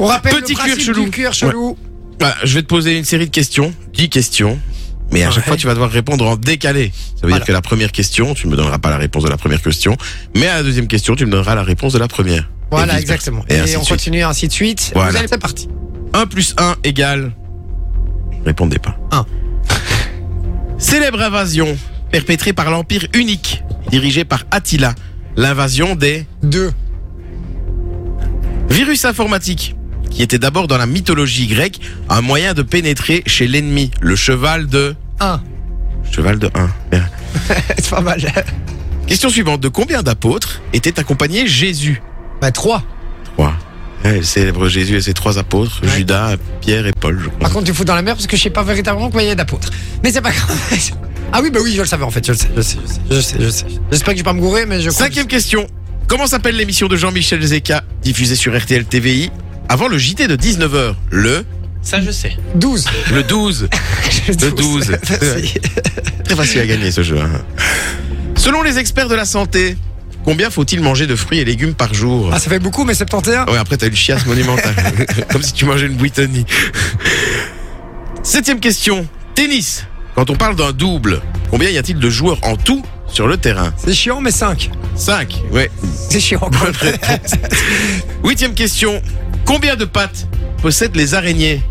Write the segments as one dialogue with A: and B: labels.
A: On rappelle
B: Petit
A: le principe
B: cuir chelou.
A: du cuir chelou.
B: Bah, je vais te poser une série de questions, 10 questions. Mais à chaque
A: Ouais.
B: fois, tu vas devoir répondre en décalé. Ça veut
A: Voilà.
B: dire que la première question, tu ne me donneras pas la réponse de la première question. Mais à la deuxième question, tu me donneras la réponse de la première.
A: Voilà,
B: vice-versa.
A: exactement.
B: Et
A: Et,
B: ainsi de
A: on
B: suite.
A: continue ainsi de suite.
B: Voilà.
A: Vous allez, c'est parti.
B: 1 plus 1 égale. Répondez pas.
A: Un.
B: Célèbre invasion perpétrée par l'Empire unique, dirigé par Attila. L'invasion des
A: Deux.
B: virus informatiques, qui était d'abord dans la mythologie grecque un moyen de pénétrer chez l'ennemi, le cheval de.
A: Un.
B: Cheval de 1. Bien.
A: c'est pas mal.
B: Question suivante. De combien d'apôtres était accompagné Jésus
A: Bah, trois.
B: 3. le célèbre Jésus et ses trois apôtres,
A: Ouais.
B: Judas, Pierre et Paul, je crois.
A: Par contre, tu fous dans la mer parce que je sais pas véritablement combien il y a d'apôtres. Mais c'est pas grave. Ah oui, bah oui, je le savais en fait. Je le sais, je le sais, je le sais, je le sais. J'espère que je vais pas me gourer, mais je crois que-
B: Cinquième question. Comment s'appelle l'émission de Jean-Michel Zeka, diffusée sur RTL TVI, avant le JT de 19h Le
C: Ça, je sais.
A: 12.
B: Le 12. Le 12.
A: Merci.
B: Très facile à gagner ce jeu. hein. Selon les experts de la santé, combien faut-il manger de fruits et légumes par jour
A: Ah, ça fait beaucoup, mais 71.
B: Ouais, après, t'as une chiasse monumentale. Comme si tu mangeais une Brittany. Septième question. Tennis. Quand on parle d'un double, combien y a-t-il de joueurs en tout sur le terrain
A: C'est chiant, mais 5.
B: 5. Ouais.
A: C'est chiant, quoi.
B: Bonne réponse. Huitième question. Combien de pattes possèdent les araignées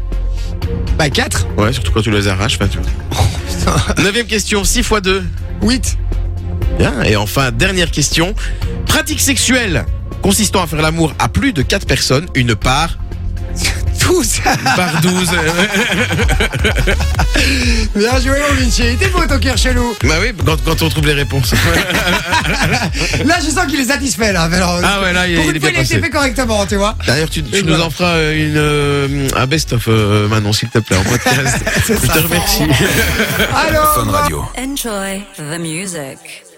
A: Bah, 4.
B: Ouais, surtout quand tu les arraches. Enfin, tu... Neuvième question. 6 x 2.
A: 8.
B: Bien. Et enfin, dernière question. Pratique sexuelle consistant à faire l'amour à plus de 4 personnes, une part
A: Tous.
B: par 12.
A: Bien joué, mon Vinci. T'es beau, ton cœur chelou.
B: bah oui, quand, quand on trouve les réponses.
A: Là, je sens qu'il est satisfait, là. Alors,
B: Ah ouais, là, il,
A: Pour
B: il
A: une
B: est
A: fois,
B: bien
A: il a été
B: passé.
A: fait correctement, tu vois.
B: D'ailleurs, tu, tu
A: Et
B: nous
A: voilà.
B: en feras euh, une, euh, un best-of, euh, Manon, s'il te plaît, en podcast.
A: C'est
B: Je
A: ça.
B: te remercie.
A: Alors,
D: Enjoy the music.